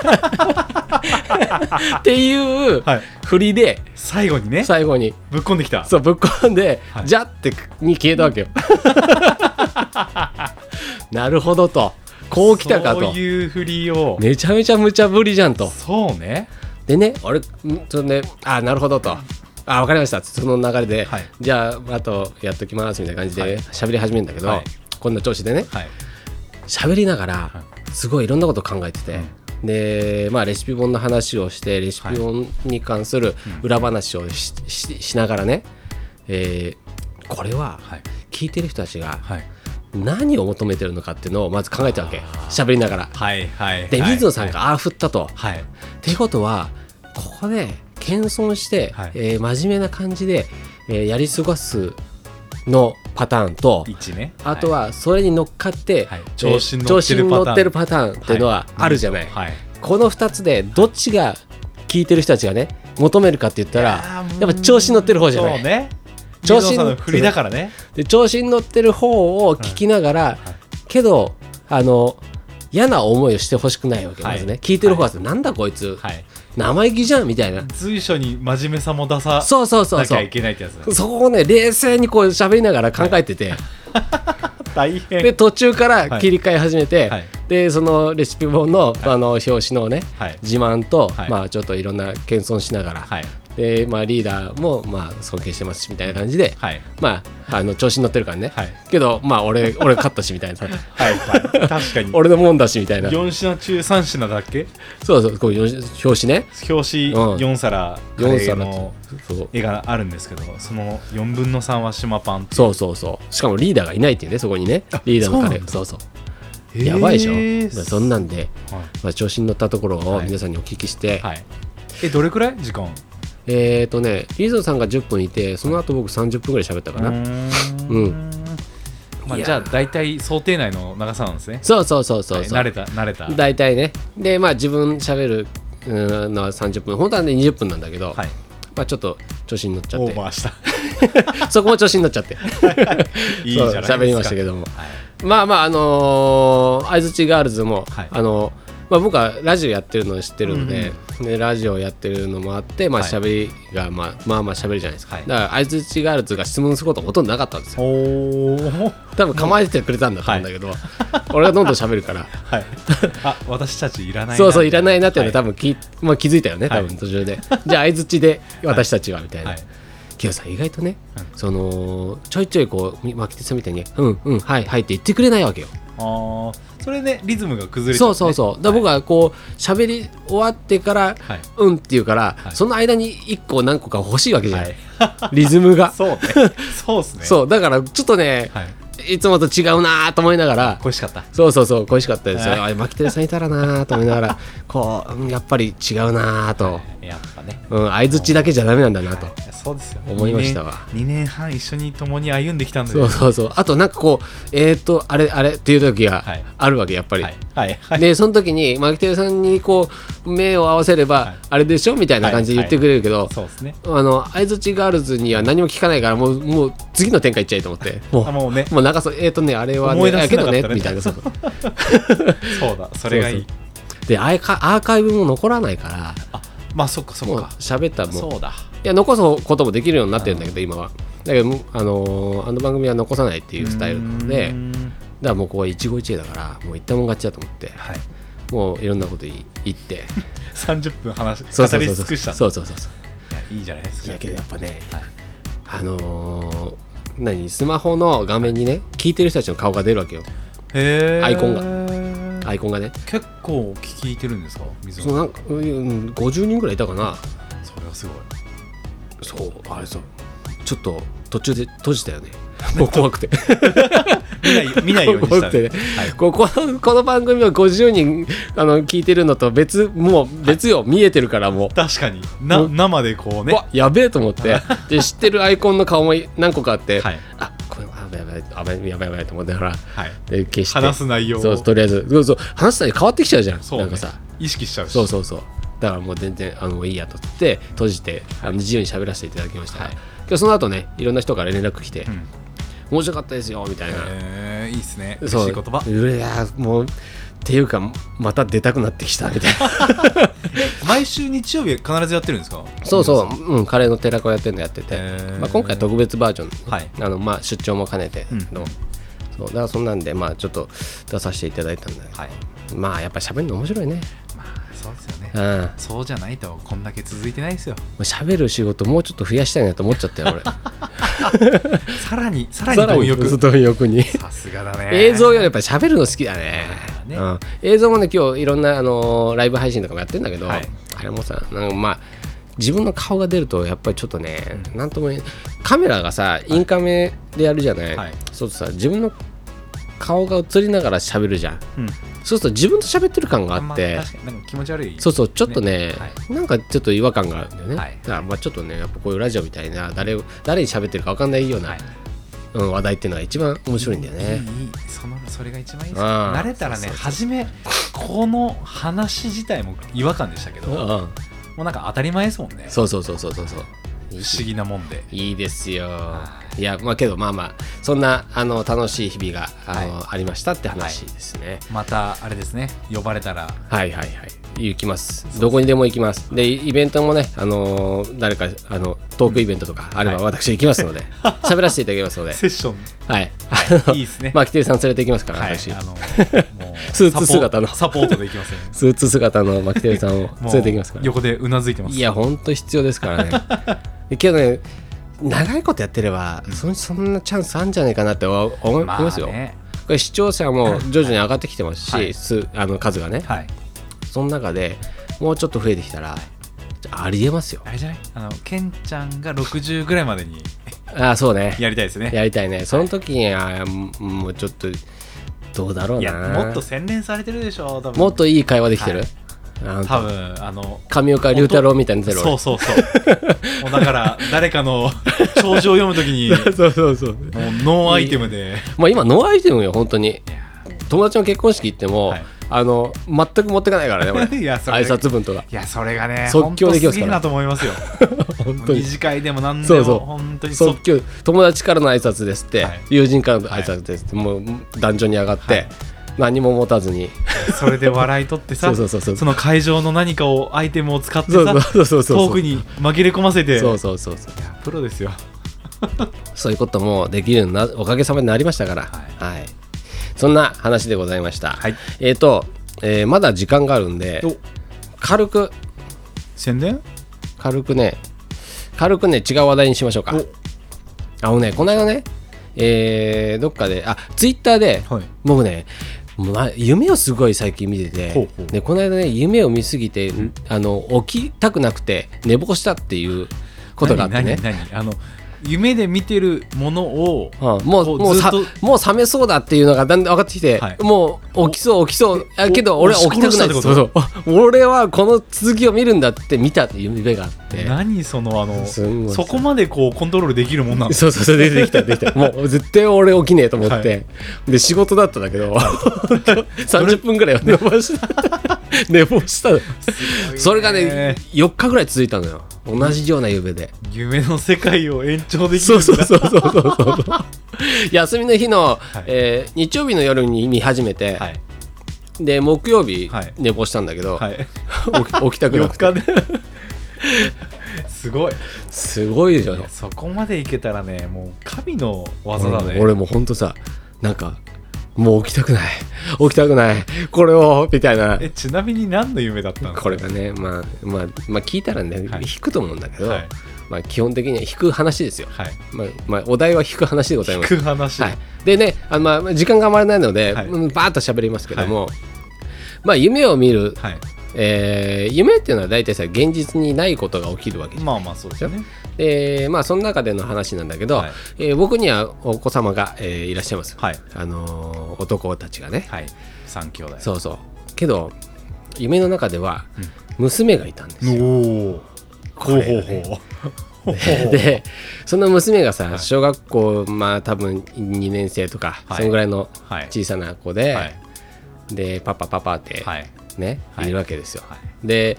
Speaker 1: っていう
Speaker 2: はい。
Speaker 1: 振りで
Speaker 2: 最後にね、
Speaker 1: 最後に
Speaker 2: ぶっこんできた。
Speaker 1: そうぶっこんで「
Speaker 2: はい
Speaker 1: じゃ」ってに消えたわ
Speaker 2: [LAUGHS]
Speaker 1: けよ。なるほどとこう来たか
Speaker 2: そ
Speaker 1: と
Speaker 2: ういう振りを。
Speaker 1: めちゃめちゃ無茶ぶりじゃんと。
Speaker 2: そうね。
Speaker 1: でねあれんそんで「あなるほど」と。あ分かりましたその流れで、
Speaker 2: はい
Speaker 1: じゃああとやっときますみたいな感じ
Speaker 2: はい
Speaker 1: で喋り始めるんだけど、
Speaker 2: はい
Speaker 1: こんな調子でね、
Speaker 2: はい。
Speaker 1: 喋りながらすごいいろんなこと考えてて、で、まあ、レシピ本の話をしてレシピ本に関する裏話をし,し、しながらね、えーこれは
Speaker 2: はい。
Speaker 1: 聞いてる人たちが
Speaker 2: はい。
Speaker 1: 何を求めてるのかっていうのをまず考えたわけ喋りながら。
Speaker 2: はい。はい。
Speaker 1: で
Speaker 2: はい
Speaker 1: 水野さん。がああ振ったと。
Speaker 2: はい。
Speaker 1: っていうことはここで謙遜して、
Speaker 2: はい
Speaker 1: えー真面目な感じで、えーやり過ごすのパターンと
Speaker 2: 一ね。
Speaker 1: あとはそれに乗っかって、
Speaker 2: はい
Speaker 1: えー
Speaker 2: 調子に乗ってるパ
Speaker 1: 調
Speaker 2: ターン
Speaker 1: 子に乗ってるパターンっていうのはあるじゃない、
Speaker 2: はい。
Speaker 1: この2つでどっちが聞いてる人たちがね求めるかって言ったら
Speaker 2: あー
Speaker 1: やっぱ調子に乗ってる方じゃない、
Speaker 2: そうね。
Speaker 1: 調
Speaker 2: 調
Speaker 1: 子
Speaker 2: 子の振りだからね。
Speaker 1: で調子に乗ってる方を聞きながら、けどあの嫌な思いをしてほしくないわけ、
Speaker 2: はい
Speaker 1: まずね聞いてる方は、なんだこいつ、
Speaker 2: はい。
Speaker 1: 生意気じゃんみたいな
Speaker 2: 随所に真面目さも出さ
Speaker 1: そうそうそう
Speaker 2: なき
Speaker 1: そ
Speaker 2: ゃいうけないってやつだ
Speaker 1: そこをね冷静にこう喋りながら考えてて、
Speaker 2: 大変
Speaker 1: で途中から切り替え始めて、
Speaker 2: はい
Speaker 1: でそのレシピ本の,、あの表紙のね、
Speaker 2: はい
Speaker 1: 自慢と、
Speaker 2: はい
Speaker 1: まあ、ちょっといろんな謙遜しながら、
Speaker 2: はい
Speaker 1: でまあ、リーダーも、まあ、尊敬してますしみたいな感じで、
Speaker 2: はい
Speaker 1: まあ、あの調子に乗ってるからね、
Speaker 2: はい
Speaker 1: けど、まあ、俺俺勝ったしみたいな
Speaker 2: はいはい確かに
Speaker 1: [LAUGHS] 俺のもんだしみたいな
Speaker 2: 4品中3品だっけ
Speaker 1: そうそうこう表表紙ね
Speaker 2: 表紙
Speaker 1: うん
Speaker 2: 4皿カ
Speaker 1: 4
Speaker 2: レー
Speaker 1: 皿
Speaker 2: の
Speaker 1: そう
Speaker 2: 絵があるんですけどその4分の3は島パン
Speaker 1: そうそうそうしかもリーダーがいないっていうねそこにねリーダーの彼そうそうやばいでしょ、まあそんなんで、
Speaker 2: はい
Speaker 1: まあ、調子に乗ったところを
Speaker 2: はい
Speaker 1: 皆さんにお聞きして、
Speaker 2: はいえどれくらい時間
Speaker 1: えっ、ー、とね水野さんが10分いてその後僕30分ぐらい喋ったかな、
Speaker 2: うーん
Speaker 1: うん
Speaker 2: まあ
Speaker 1: いや
Speaker 2: じゃあ大体想定内の長さなんですね
Speaker 1: そうそうそうそう
Speaker 2: はい
Speaker 1: そう、
Speaker 2: 慣れた慣れたはい
Speaker 1: 大体ねでまあ自分喋るうんのは30分本当はね20分なんだけど、まあ、ちょっと調子に乗っちゃっ
Speaker 2: オ
Speaker 1: て
Speaker 2: ー
Speaker 1: [LAUGHS]
Speaker 2: バーした
Speaker 1: そこも調子に乗っちゃって
Speaker 2: [LAUGHS] いいじゃないですか
Speaker 1: そう喋りましたけども
Speaker 2: はい
Speaker 1: まあまああのー相づちガールズも、
Speaker 2: はい
Speaker 1: あのまあ、僕はラジオやってるのを知ってるので,、でラジオやってるのもあって、まあ、
Speaker 2: はい
Speaker 1: しゃべりが、まあ、まあまあしゃべるじゃないですか、
Speaker 2: はい
Speaker 1: だから相づちがあるというか質問することほとんどなかったんですよ
Speaker 2: おお
Speaker 1: 多分構えてくれたんだと思うんだけど、俺がどんどんしゃべるから
Speaker 2: はいあ私たちいらない
Speaker 1: そうそういらないなっていうのは多
Speaker 2: は
Speaker 1: 分き、まあ、気づいたよね多
Speaker 2: は
Speaker 1: 分
Speaker 2: い
Speaker 1: 途中で、じゃあ相づちで私たちはみたいな、
Speaker 2: はい
Speaker 1: キヨさん意外とね、
Speaker 2: うん
Speaker 1: そのちょいちょいこうマキテさんみたいに「うんうんはいはい」って言ってくれないわけよ
Speaker 2: あーそれでリズムが崩れちゃ
Speaker 1: そう
Speaker 2: ね
Speaker 1: そうそうだから僕はこう喋り終わってから「
Speaker 2: はい
Speaker 1: うん」って言うから、
Speaker 2: はい
Speaker 1: その間に1個何個か欲しいわけじゃ
Speaker 2: は
Speaker 1: ない、
Speaker 2: い
Speaker 1: リズムが
Speaker 2: [LAUGHS] そう
Speaker 1: [LAUGHS]
Speaker 2: ねそうっすね
Speaker 1: そうだからちょっとね、
Speaker 2: はい
Speaker 1: い、つもと違うなーと思いながら
Speaker 2: 恋しかった
Speaker 1: そうそうそう恋しかったですよ、
Speaker 2: は
Speaker 1: あマキテさんいたらなーと思いながら [LAUGHS] こううんやっぱり違うなーと、
Speaker 2: やっぱね
Speaker 1: うん、相づちだけじゃダメなんだなと、
Speaker 2: そうですよ
Speaker 1: 思いましたわ
Speaker 2: 2年 ,2 年半一緒に共に歩んできたんで
Speaker 1: そうそうそうあとなんかこうえっ、ー、とあれあれっていう時が
Speaker 2: はい
Speaker 1: あるわけやっぱり、
Speaker 2: はいはいはい
Speaker 1: でその時にマキテルさんにこう目を合わせれば、
Speaker 2: はい
Speaker 1: あれでしょみたいな感じで言ってくれるけど、
Speaker 2: そうですね
Speaker 1: あの相づちガールズには何も聞かないからもうもう次の展開いっちゃいと思っても
Speaker 2: あ
Speaker 1: う
Speaker 2: もうね
Speaker 1: もうなんかそうえっ、ー、とねあれは
Speaker 2: 思
Speaker 1: ね
Speaker 2: い出
Speaker 1: だ
Speaker 2: せ
Speaker 1: け
Speaker 2: なか
Speaker 1: ど
Speaker 2: った
Speaker 1: ね
Speaker 2: ね
Speaker 1: みたいなそう
Speaker 2: そうだそれがいい
Speaker 1: そうでアーカアーカイブも残らないか
Speaker 2: あまあそっからそ
Speaker 1: も
Speaker 2: っ
Speaker 1: う
Speaker 2: か
Speaker 1: 喋ったらもう
Speaker 2: そうだ
Speaker 1: いや残すこともできるようになってるんだけど今はだけどあのーあの番組は残さないっていうスタイルなので
Speaker 2: うーん
Speaker 1: だからもうここは一期一会だからもう言ったもん勝ちだと思って
Speaker 2: はい
Speaker 1: もういろんなことい言って
Speaker 2: 30分話
Speaker 1: そうそ
Speaker 2: 語
Speaker 1: う
Speaker 2: り
Speaker 1: そう
Speaker 2: 尽くした
Speaker 1: そううそうそうそう
Speaker 2: いいじゃないです
Speaker 1: い
Speaker 2: か
Speaker 1: やけどやっぱね、
Speaker 2: はい
Speaker 1: あのー何スマホの画面にね聞いてる人たちの顔が出るわけよ
Speaker 2: へー
Speaker 1: アイコンアイコンがね
Speaker 2: 結構聞いてるんですか水
Speaker 1: そ
Speaker 2: 野
Speaker 1: う
Speaker 2: さん
Speaker 1: なんか、うんうん、50人ぐらいいたかな
Speaker 2: それはすごい
Speaker 1: そうあれそうちょっと途中で閉じたよね [LAUGHS] もう怖くて
Speaker 2: 見ない見ないように
Speaker 1: [LAUGHS]
Speaker 2: した
Speaker 1: 怖くて
Speaker 2: ね
Speaker 1: ねここのこの番組は50人あの聞いてるのと別もう別よ見えてるからもう
Speaker 2: 確かにな
Speaker 1: うん
Speaker 2: 生でこうね
Speaker 1: うわやべえと思
Speaker 2: [LAUGHS]
Speaker 1: ってで知ってるアイコンの顔も何個かあって、
Speaker 2: はい
Speaker 1: あこれあやばいやばいやばいやばいやばいと思ってから
Speaker 2: はい
Speaker 1: で消して
Speaker 2: 話す内容を
Speaker 1: そうとりあえずそうそう話したら変わってきちゃうじゃん、
Speaker 2: そうね
Speaker 1: なんかさ
Speaker 2: 意識しちゃうし
Speaker 1: そうそうそうだからもう全然あのもういいやと思って閉じて、あの自由に喋らせていただきましたが、
Speaker 2: はい
Speaker 1: 今日その後ねいろんな人から連絡来て、
Speaker 2: ん
Speaker 1: 面白かったですよみたいな、
Speaker 2: へーいいですね嬉
Speaker 1: そ
Speaker 2: し
Speaker 1: う
Speaker 2: い言葉
Speaker 1: うわもうっていうかまた出たくなってきたみたい
Speaker 2: [LAUGHS]
Speaker 1: な
Speaker 2: 毎週日曜日必ずやってるんですか
Speaker 1: そうそう、うん、カレーの寺子やってるのやってて、
Speaker 2: へー
Speaker 1: まあ、今回は特別バージョン
Speaker 2: はい
Speaker 1: あのまあ出張も兼ねての、
Speaker 2: うん
Speaker 1: そうだからそんなんでまあちょっと出させていただいたんだけど、
Speaker 2: はい
Speaker 1: まあやっぱ喋るの面白いね
Speaker 2: まあそうですよね
Speaker 1: うんも
Speaker 2: そうじゃないとこんだけ続いてないですよ
Speaker 1: う喋る仕事もうちょっと増やしたいなと思っちゃったよ
Speaker 2: [LAUGHS]
Speaker 1: 俺
Speaker 2: さらにさらに貪
Speaker 1: さらに
Speaker 2: 欲
Speaker 1: [LAUGHS] 貪欲に
Speaker 2: さすがだね
Speaker 1: 映像よりやっぱり喋るの好きだね
Speaker 2: ね
Speaker 1: うん、映像もね今日いろんな、あのーライブ配信とかもやってんだけど、
Speaker 2: はい
Speaker 1: あれもさなんかまあ自分の顔が出るとやっぱりちょっとね、なんとも言えカメラがさインカメでやるじゃない、
Speaker 2: はい
Speaker 1: そうするとさ自分の顔が映りながら喋るじゃん
Speaker 2: うん
Speaker 1: そうすると自分と喋ってる感があ
Speaker 2: ま
Speaker 1: っ
Speaker 2: あ
Speaker 1: て、
Speaker 2: 確かになんか気持ち悪い
Speaker 1: そうそうちょっとね
Speaker 2: ねは
Speaker 1: なんかちょっと違和感があるんだよね、
Speaker 2: はい
Speaker 1: だからまあちょっとねやっぱこういうラジオみたいな誰を誰に喋ってるか分かんないような、
Speaker 2: はい
Speaker 1: うん、話題っていうのが一番面白いんだよね、
Speaker 2: いいいいそのそれが一番いいです
Speaker 1: あー
Speaker 2: 慣れたら
Speaker 1: そう
Speaker 2: ね
Speaker 1: そう
Speaker 2: 初めこの話自体も違和感でしたけど
Speaker 1: うん
Speaker 2: も
Speaker 1: うん
Speaker 2: うなんか当たり前ですもんね
Speaker 1: そうそうそうそうそうそう
Speaker 2: 不思議なもんで
Speaker 1: いいですよいやまあけどまあまあそんなあの楽しい日々があの、
Speaker 2: は
Speaker 1: ありましたって話ですね、
Speaker 2: またあれですね呼ばれたら
Speaker 1: はい、はいはい行きますどこにでも行きますでイベントもねあのー誰かあのトークイベントとかあれば
Speaker 2: はい
Speaker 1: 私行きますの
Speaker 2: [LAUGHS]
Speaker 1: で喋、らせていただきますので
Speaker 2: セッション
Speaker 1: はい
Speaker 2: いいですね
Speaker 1: [LAUGHS] まあ、キテルさん連れて行きますから、
Speaker 2: はい
Speaker 1: 私。
Speaker 2: あのもう
Speaker 1: [LAUGHS] スーツ姿の
Speaker 2: サポートでいきますよね
Speaker 1: スーツ姿のマキテルさんを [LAUGHS] 連
Speaker 2: [LAUGHS]
Speaker 1: れ
Speaker 2: も
Speaker 1: て行きますか
Speaker 2: う
Speaker 1: ら。
Speaker 2: 横でうなずいてます
Speaker 1: いや、ほんと必要ですからね。
Speaker 2: [LAUGHS]
Speaker 1: でけどね、長いことやってれば、そそんなチャンスあるんじゃないかなって思思い
Speaker 2: まあね
Speaker 1: ますよ。これ視聴者も
Speaker 2: [LAUGHS]
Speaker 1: 徐々に上がってきてますし、
Speaker 2: はい
Speaker 1: すあの数がね、
Speaker 2: はい
Speaker 1: その中でもうちょっと増えてきたら、ありえますよ
Speaker 2: あ。れじゃないあのケンちゃんが60ぐらいまでに
Speaker 1: ああ、そうね。
Speaker 2: やりたいですね
Speaker 1: やりたいね。その時には、もうちょっと、どうだろう
Speaker 2: いや
Speaker 1: な。
Speaker 2: もっと洗練されてるでしょ多分
Speaker 1: もっといい会話できてる、
Speaker 2: はい
Speaker 1: あの
Speaker 2: 多分あの
Speaker 1: 神岡龍太郎みたいになってる俺
Speaker 2: そうそうそう
Speaker 1: [LAUGHS]
Speaker 2: もうだから誰かの弔辞を読むときに [LAUGHS]
Speaker 1: そうそうそう。
Speaker 2: もうノーアイテムで
Speaker 1: まあ今ノーアイテムよ、本当に
Speaker 2: い。
Speaker 1: 友達の結婚式行っても、
Speaker 2: はい
Speaker 1: あの、全く持ってかないからね、俺。
Speaker 2: [LAUGHS] いやそれ
Speaker 1: 挨拶文とか。
Speaker 2: いやそれがね
Speaker 1: 即興できます
Speaker 2: 本当す
Speaker 1: から
Speaker 2: げえなと思いますよ
Speaker 1: [LAUGHS] 本当
Speaker 2: 二
Speaker 1: に。
Speaker 2: 次会でも何で
Speaker 1: そう
Speaker 2: も
Speaker 1: そう
Speaker 2: 本当に即
Speaker 1: 即興、友達からの挨拶ですって、
Speaker 2: はい
Speaker 1: 友人からの挨拶ですって、もう壇上に上がって、何も持たずに
Speaker 2: それで笑い取って
Speaker 1: そ
Speaker 2: さ
Speaker 1: うそうそうそう
Speaker 2: その会場の何かをアイテムを使って
Speaker 1: そう
Speaker 2: さ
Speaker 1: そうそうそう
Speaker 2: トークに紛れ込ませて
Speaker 1: そうそうそうそう
Speaker 2: いやプロですよ
Speaker 1: そういうこともできるようになおかげさまになりましたから、はいそんな話でございました、
Speaker 2: はい
Speaker 1: えっ、と、えーまだ時間があるんで
Speaker 2: お
Speaker 1: 軽く
Speaker 2: 宣伝
Speaker 1: 軽くね軽くね違う話題にしましょうかあのねこの間ねえーどっかであツイッターで、
Speaker 2: はい
Speaker 1: 僕ねまあ、夢をすごい最近見てて
Speaker 2: ほうほう
Speaker 1: でこの間ね夢を見すぎてあの起きたくなくて寝坊したっていうことがあってね
Speaker 2: 何何何あの夢で見てるものを
Speaker 1: うんも
Speaker 2: こ
Speaker 1: う
Speaker 2: う
Speaker 1: もうさ
Speaker 2: ずっと
Speaker 1: もう冷めそうだっていうのがだんだん分かってきて、
Speaker 2: はい
Speaker 1: もう起きそう起きそうあけど
Speaker 2: お
Speaker 1: 俺は起きたくない
Speaker 2: 押し殺
Speaker 1: そう
Speaker 2: した
Speaker 1: そ
Speaker 2: っ
Speaker 1: う俺はこの続きを見るんだって見たって夢があって
Speaker 2: 何そのあの
Speaker 1: すんごい
Speaker 2: そこまでこうコントロールできるもんな
Speaker 1: [LAUGHS]
Speaker 2: の
Speaker 1: そうそうそう出てきた出てきたもう絶対俺起きねえと思って、で仕事だったんだけど [LAUGHS] 30分ぐらいは寝坊した寝坊したのそれがね4日ぐらい続いたのよ同じような夢で、
Speaker 2: 夢の世界を延長でき
Speaker 1: そ
Speaker 2: る
Speaker 1: うそうそうそうそうそう [LAUGHS] 休みの日の、
Speaker 2: い
Speaker 1: えー日曜日の夜に見始めて、
Speaker 2: はい
Speaker 1: で木曜日
Speaker 2: はい
Speaker 1: 寝坊したんだけど、
Speaker 2: はい
Speaker 1: 起 [LAUGHS] き起きたくな
Speaker 2: 4
Speaker 1: くて
Speaker 2: 日ですごい
Speaker 1: すごいでしょ、
Speaker 2: そこまでいけたらねもう神の技だね
Speaker 1: 俺もうほんとさなんかもう起きたくない起きたくないこれをみたいな
Speaker 2: えちなみに何の夢だったの
Speaker 1: これがねまあまあまあ聞いたらね、
Speaker 2: はい
Speaker 1: 引くと思うんだけど、
Speaker 2: はい
Speaker 1: まあ基本的には引く話ですよ、
Speaker 2: はい
Speaker 1: まあまあ、お題は引く話でございま
Speaker 2: 聞
Speaker 1: す
Speaker 2: く話
Speaker 1: はい、でねあの、まあまあ、時間があまりないので、
Speaker 2: はい
Speaker 1: うんバーッと喋りますけども、まあ夢を見る、
Speaker 2: はい
Speaker 1: えー夢っていうのは大体さ現実にないことが起きるわけじゃん
Speaker 2: まあまあそうですよね
Speaker 1: でまあその中での話なんだけど、
Speaker 2: はい
Speaker 1: えー僕にはお子様が、えーいらっしゃいます、
Speaker 2: はい
Speaker 1: あのー男たちがね、
Speaker 2: はい三兄弟
Speaker 1: そうそうけど夢の中では娘がいたんですよ、
Speaker 2: おお
Speaker 1: これがね
Speaker 2: ほうほうほうほうほう
Speaker 1: [LAUGHS] でその娘がさ、小学校まあ多分2年生とか、
Speaker 2: はい
Speaker 1: そのぐらいの
Speaker 2: はい
Speaker 1: 小さな子で、
Speaker 2: [LAUGHS] はい
Speaker 1: でパパパパって
Speaker 2: はい
Speaker 1: ね、
Speaker 2: はい
Speaker 1: い、るわけですよ、
Speaker 2: は
Speaker 1: で、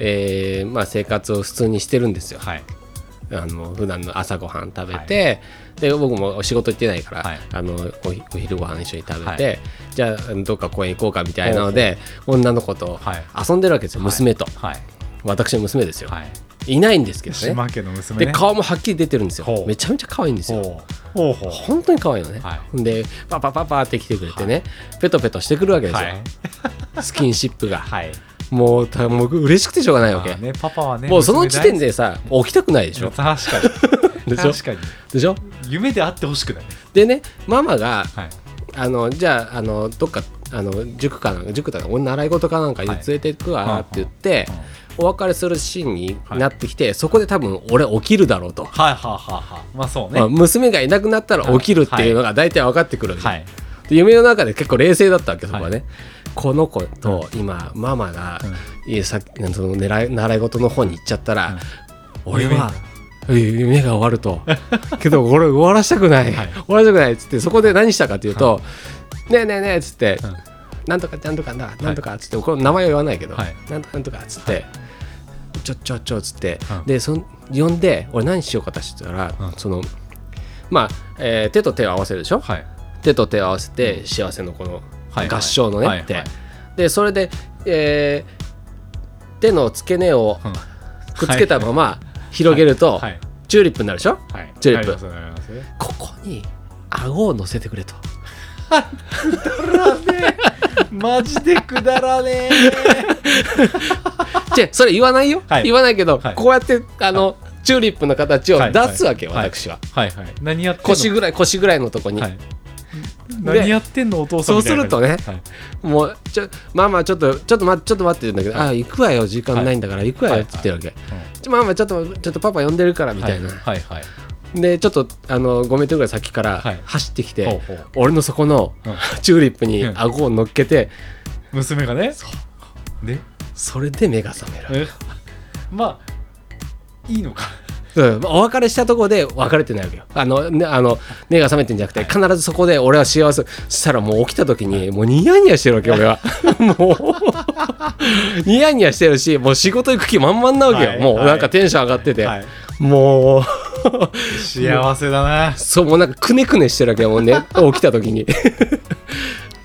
Speaker 1: えーまあ、生活を普通にしてるんですよ、
Speaker 2: はい
Speaker 1: あの普段の朝ごはん食べて、で僕もお仕事行ってないから、
Speaker 2: はい
Speaker 1: あのおひお昼ご飯一緒に食べて、
Speaker 2: は
Speaker 1: じゃあどっか公園行こうかみたいなので女の子と
Speaker 2: はい
Speaker 1: 遊んでるわけですよ、娘と
Speaker 2: はい
Speaker 1: 私の娘ですよ、
Speaker 2: はい
Speaker 1: い、ないんですけどね
Speaker 2: 島家の娘
Speaker 1: で
Speaker 2: ね
Speaker 1: 顔もはっきり出てるんです
Speaker 2: ほ
Speaker 1: よ
Speaker 2: う
Speaker 1: めちゃめちゃ可愛いんですよ
Speaker 2: ほうほうほう
Speaker 1: 本当に可愛いのね、
Speaker 2: は
Speaker 1: でパパパパって来てくれてね、ペトペトしてくるわけですよ、
Speaker 2: はい
Speaker 1: スキンシップが
Speaker 2: はい
Speaker 1: もうたもう嬉しくてしょうがないわけ、
Speaker 2: まあねパパはね
Speaker 1: もうその時点
Speaker 2: で
Speaker 1: でさ起きたくないでしょ
Speaker 2: [LAUGHS] 確か
Speaker 1: [LAUGHS]
Speaker 2: に
Speaker 1: でしょ
Speaker 2: 確かに
Speaker 1: でしょ
Speaker 2: 夢であってほしくない
Speaker 1: でねママが
Speaker 2: はい
Speaker 1: あのじゃああのどっかあの塾かな塾だから俺習い事かなんかに
Speaker 2: はい
Speaker 1: 連れていくわって言って、
Speaker 2: うんうん
Speaker 1: お別れするシーンになってきて、そこで多分俺起きるだろうと、
Speaker 2: はいはいはいはいまあそうね
Speaker 1: まあ娘がいなくなったら起きるっていうのが大体分かってくるわけ、
Speaker 2: はい
Speaker 1: で夢の中で結構冷静だったわけそこはね、
Speaker 2: は
Speaker 1: この子と今ママが、いやさっきその習い習い事の方に行っちゃったら、俺は夢が終わる
Speaker 2: [LAUGHS]
Speaker 1: とけど俺終わらせたくない、
Speaker 2: はい
Speaker 1: 終わらせたくないっつってそこで何したかというと、ねえねえねえっつって、
Speaker 2: うん
Speaker 1: なんとかなんとかななんとかっつって、この名前は言わないけど、
Speaker 2: はい
Speaker 1: なんとかなんとかっつって、ちょちょちょっつって、
Speaker 2: うん
Speaker 1: でそん呼んで俺何しようかとしてたら、
Speaker 2: うん
Speaker 1: そのまあ、えー手と手を合わせるでしょ、
Speaker 2: はい
Speaker 1: 手と手を合わせて幸せのこの
Speaker 2: はい
Speaker 1: 合唱の
Speaker 2: はい
Speaker 1: ねっ
Speaker 2: は
Speaker 1: て
Speaker 2: い
Speaker 1: でそれで、えー手の付け根を
Speaker 2: うん
Speaker 1: くっつけたまま広げると
Speaker 2: はい
Speaker 1: チューリップになるでしょ
Speaker 2: はい
Speaker 1: チューリップ
Speaker 2: なりますなりますね
Speaker 1: ここに顎を乗せてくれと
Speaker 2: マジでくだらね
Speaker 1: [LAUGHS] じゃそれ言わないよ、
Speaker 2: はい
Speaker 1: 言わないけど、
Speaker 2: はい
Speaker 1: こうやってあの、チューリップの形を
Speaker 2: はい
Speaker 1: 出すわけよ、
Speaker 2: はい
Speaker 1: 私は
Speaker 2: えはいはい何やってんの
Speaker 1: 腰ぐらい腰ぐらいのとこに、
Speaker 2: はい何やってんのお父さんみたいな
Speaker 1: そうすると
Speaker 2: はい
Speaker 1: もうちょママちょっとちょっと待ってちょっと待ってるんだけど、あ行くわよ時間ないんだから行くわよって言ってるわけ、ちょママちょっとちょっとパパ呼んでるからみたいな、
Speaker 2: はいはい
Speaker 1: でちょっとあの5メートルぐらい先から
Speaker 2: はい
Speaker 1: 走ってきて、
Speaker 2: ほうほう
Speaker 1: 俺のそこの、
Speaker 2: うん
Speaker 1: チューリップに
Speaker 2: うん
Speaker 1: 顎を乗っけて、
Speaker 2: 娘がねで
Speaker 1: それで目が覚める、
Speaker 2: えまあいいのか
Speaker 1: うんまあお別れしたとこで別れてないわけよあの、ね、あの目が覚めてんじゃなくて必ずそこで俺は幸せしたらもう起きた時にもうニヤニヤしてるわけよ俺
Speaker 2: [LAUGHS]
Speaker 1: はもうニヤニヤしてるしもう仕事行く気満々なわけよ、
Speaker 2: はい
Speaker 1: もう
Speaker 2: はい
Speaker 1: なんかテンション上がってて、
Speaker 2: はい
Speaker 1: もう
Speaker 2: 幸せだな
Speaker 1: [LAUGHS] そうもうなんかくねくねしてるわけよもうね起きた時に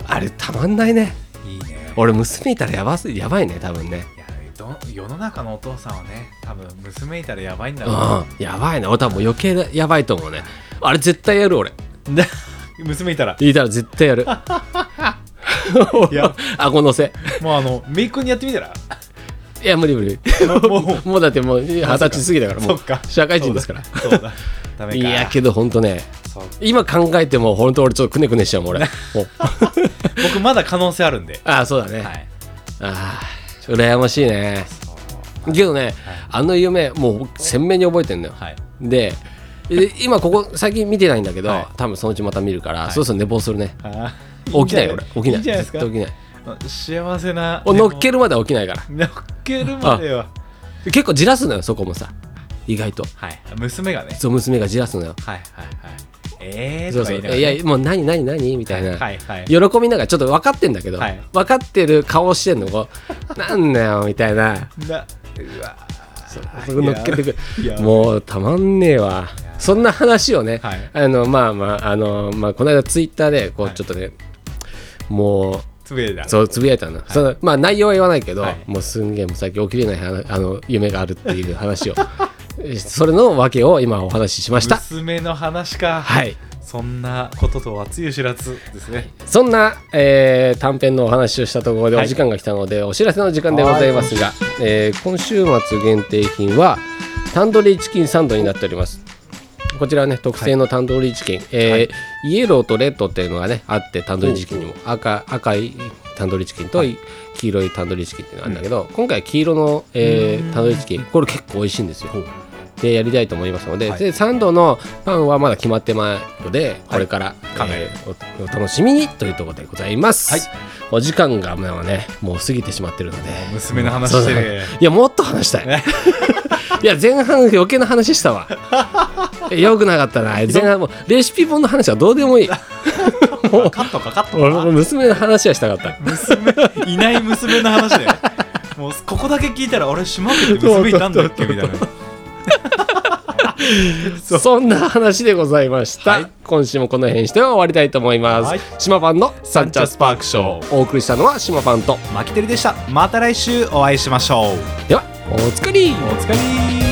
Speaker 1: あれたまんないね
Speaker 2: いいね
Speaker 1: 俺娘いたらやばすやばいね多分ね
Speaker 2: いやど世の中のお父さんはね多分娘いたらやばいんだ
Speaker 1: う
Speaker 2: ろうん
Speaker 1: やばいね俺多分もう余計だやばいと思うねあれ絶対やる俺
Speaker 2: な [LAUGHS] 娘いたら
Speaker 1: いたら絶対やる
Speaker 2: や
Speaker 1: [LAUGHS] 顎のせ
Speaker 2: もうあの姪っ子にやってみたら
Speaker 1: いや無理無
Speaker 2: [LAUGHS]
Speaker 1: 理
Speaker 2: も
Speaker 1: [LAUGHS]
Speaker 2: う
Speaker 1: もうだってもう二十歳過ぎだからも
Speaker 2: そっか
Speaker 1: う社会人ですから
Speaker 2: そうだそうだダメか
Speaker 1: いやけど本当ね
Speaker 2: そう
Speaker 1: 今考えても本当俺ちょっとくねくねしちゃうもん
Speaker 2: [LAUGHS]
Speaker 1: 俺もう
Speaker 2: 僕まだ可能性あるんで
Speaker 1: ああそうだね、
Speaker 2: はい
Speaker 1: ああ羨ましいねけどねあの夢もう鮮明に覚えてんのよ
Speaker 2: はい
Speaker 1: でで今ここ最近見てないんだけど、
Speaker 2: はい
Speaker 1: 多分そのうちまた見るから、
Speaker 2: い
Speaker 1: そろそろ寝坊するね
Speaker 2: あー
Speaker 1: 起きないよ俺起きない
Speaker 2: いんじゃないで
Speaker 1: 絶
Speaker 2: すか
Speaker 1: 対起きない
Speaker 2: 幸せな
Speaker 1: お乗っけ
Speaker 2: る
Speaker 1: るまでは起きないから
Speaker 2: 乗っけるまでは
Speaker 1: 結構じらすのよそこもさ意外と
Speaker 2: はい娘がね
Speaker 1: そう娘がじらすのよ
Speaker 2: はいはいはいええ
Speaker 1: そう
Speaker 2: とか
Speaker 1: そう
Speaker 2: 言いながら
Speaker 1: いやもう何何何みたいな、
Speaker 2: はいはい
Speaker 1: 喜びながらちょっと分かってんだけど、
Speaker 2: はい
Speaker 1: 分かってる顔してんのこうなんだよみたいな
Speaker 2: なうわ
Speaker 1: そそこ乗っけてく
Speaker 2: いや
Speaker 1: るもうたまんねえわ
Speaker 2: や
Speaker 1: そんな話をね、
Speaker 2: はい
Speaker 1: あのまあまああの、まあ、この間ツイッターでこう
Speaker 2: はい
Speaker 1: ちょっとね、も
Speaker 2: つぶやいた
Speaker 1: うそうつぶやいたの,、そのまあ内容は言わないけど、
Speaker 2: はい
Speaker 1: もうすんげえもう最近起きれない話あの夢があるっていう話を [LAUGHS] えそれの訳を今お話ししました
Speaker 2: 娘の話か
Speaker 1: はい
Speaker 2: そんなこととはつゆ知らずですね
Speaker 1: そんな、えー短編のお話をしたところで
Speaker 2: は
Speaker 1: お
Speaker 2: い
Speaker 1: 時間が来たので、お知らせの時間でございますが、えー今週末限定品はタンドリーチキンサンドになっております。こちらはね特製のタンドリーチキン、えー
Speaker 2: はい
Speaker 1: イエローとレッドっていうのがねあってタンドリーチキンにも赤赤いタンドリーチキンと黄色いタンドリーチキンっていうのがあるんだけど、今回黄色の、えータンドリーチキンこれ結構美味しいんですよ。でやりたいと思いますので,、
Speaker 2: はい
Speaker 1: でサンドのパンはまだ決まってないのでこれから、
Speaker 2: 考
Speaker 1: え
Speaker 2: え
Speaker 1: ーおお楽しみにというところでございます、
Speaker 2: はい
Speaker 1: お時間がまあねもう過ぎてしまってるので
Speaker 2: 娘の話してね
Speaker 1: そうだいやもっと話したい [LAUGHS] いや前半余計な話した
Speaker 2: [LAUGHS]
Speaker 1: わよくなかったな前半もうレシピ本の話はどうでも
Speaker 2: [LAUGHS]
Speaker 1: いい
Speaker 2: カットかカット
Speaker 1: 俺も
Speaker 2: か
Speaker 1: 娘の話はしたかった
Speaker 2: 娘いない娘の話でもうここだけ聞いたら俺島って娘いたんだっけみたいな
Speaker 1: そんな話でございました、
Speaker 2: はい
Speaker 1: 今週もこの辺にして終わりたいと思います、
Speaker 2: はい
Speaker 1: 島パンのサンチャスパークショーお送りしたのは島パンと
Speaker 2: マキテルでしたまた来週お会いしましょう
Speaker 1: ではお疲れ
Speaker 2: お疲れ